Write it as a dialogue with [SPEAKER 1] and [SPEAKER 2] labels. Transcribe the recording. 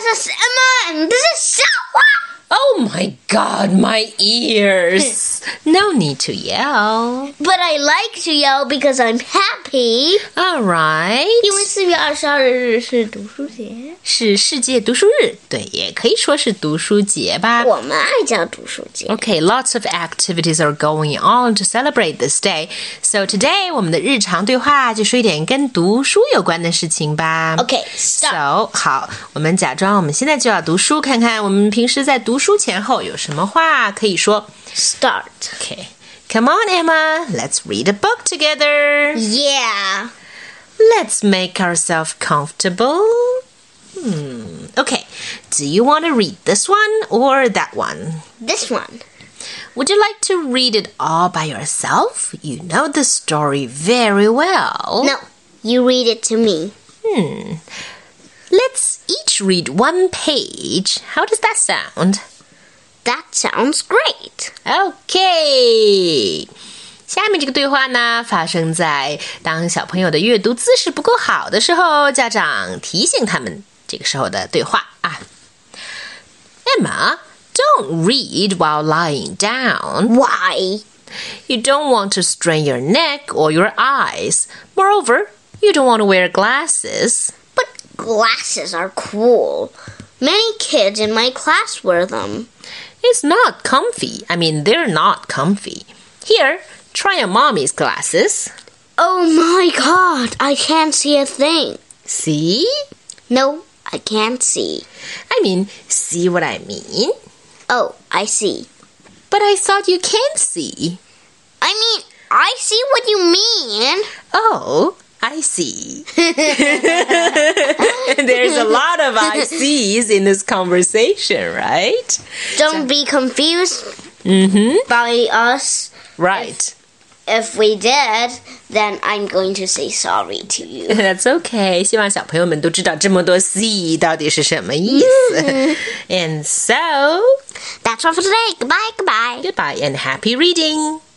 [SPEAKER 1] 是什么？你这是笑话！
[SPEAKER 2] Oh my god, my ears! no need to yell.
[SPEAKER 1] But I like to yell because I'm happy.
[SPEAKER 2] Alright.
[SPEAKER 1] 因为四月二十二日是读书节，
[SPEAKER 2] 是世界读书日，对，也可以说是读书节吧。
[SPEAKER 1] 我们爱叫读书节。
[SPEAKER 2] Okay, lots of activities are going on to celebrate this day. So today, 我们的日常对话就说一点跟读书有关的事情吧。
[SPEAKER 1] Okay, stop.
[SPEAKER 2] So 好，我们假装我们现在就要读书，看看我们平时在读书前后有什么话可以说。
[SPEAKER 1] Start.
[SPEAKER 2] Okay, come on, Emma, let's read a book together.
[SPEAKER 1] Yeah.
[SPEAKER 2] Let's make ourselves comfortable. Hmm. Okay. Do you want to read this one or that one?
[SPEAKER 1] This one.
[SPEAKER 2] Would you like to read it all by yourself? You know the story very well. Hmm.
[SPEAKER 1] No, you read it to me.
[SPEAKER 2] Let's each read one page. How does that sound?
[SPEAKER 1] That sounds great.
[SPEAKER 2] OK，下面这个对话呢，发生在当小朋友的阅读姿势不够好的时候，家长提醒他们这个时候的对话啊。Emma, don't read while lying down.
[SPEAKER 1] Why?
[SPEAKER 2] You don't want to strain your neck or your eyes. Moreover, you don't want to wear glasses.
[SPEAKER 1] But glasses are cool. Many kids in my class wear them.
[SPEAKER 2] It's not comfy. I mean, they're not comfy. Here, try your mommy's glasses.
[SPEAKER 1] Oh my god, I can't see a thing.
[SPEAKER 2] See?
[SPEAKER 1] No, I can't see.
[SPEAKER 2] I mean, see what I mean?
[SPEAKER 1] Oh, I see.
[SPEAKER 2] But I thought you can see.
[SPEAKER 1] I mean, I see what you mean.
[SPEAKER 2] Oh, I see. There's a lot of I sees in this conversation, right?
[SPEAKER 1] Don't be confused
[SPEAKER 2] Mm hmm.
[SPEAKER 1] by us.
[SPEAKER 2] Right.
[SPEAKER 1] If we did, then I'm going to say sorry to you.
[SPEAKER 2] That's okay. 希望小朋友们都知道这么多 see 到底是什么意思。And so,
[SPEAKER 1] That's all for today. Goodbye, goodbye.
[SPEAKER 2] goodbye and happy reading.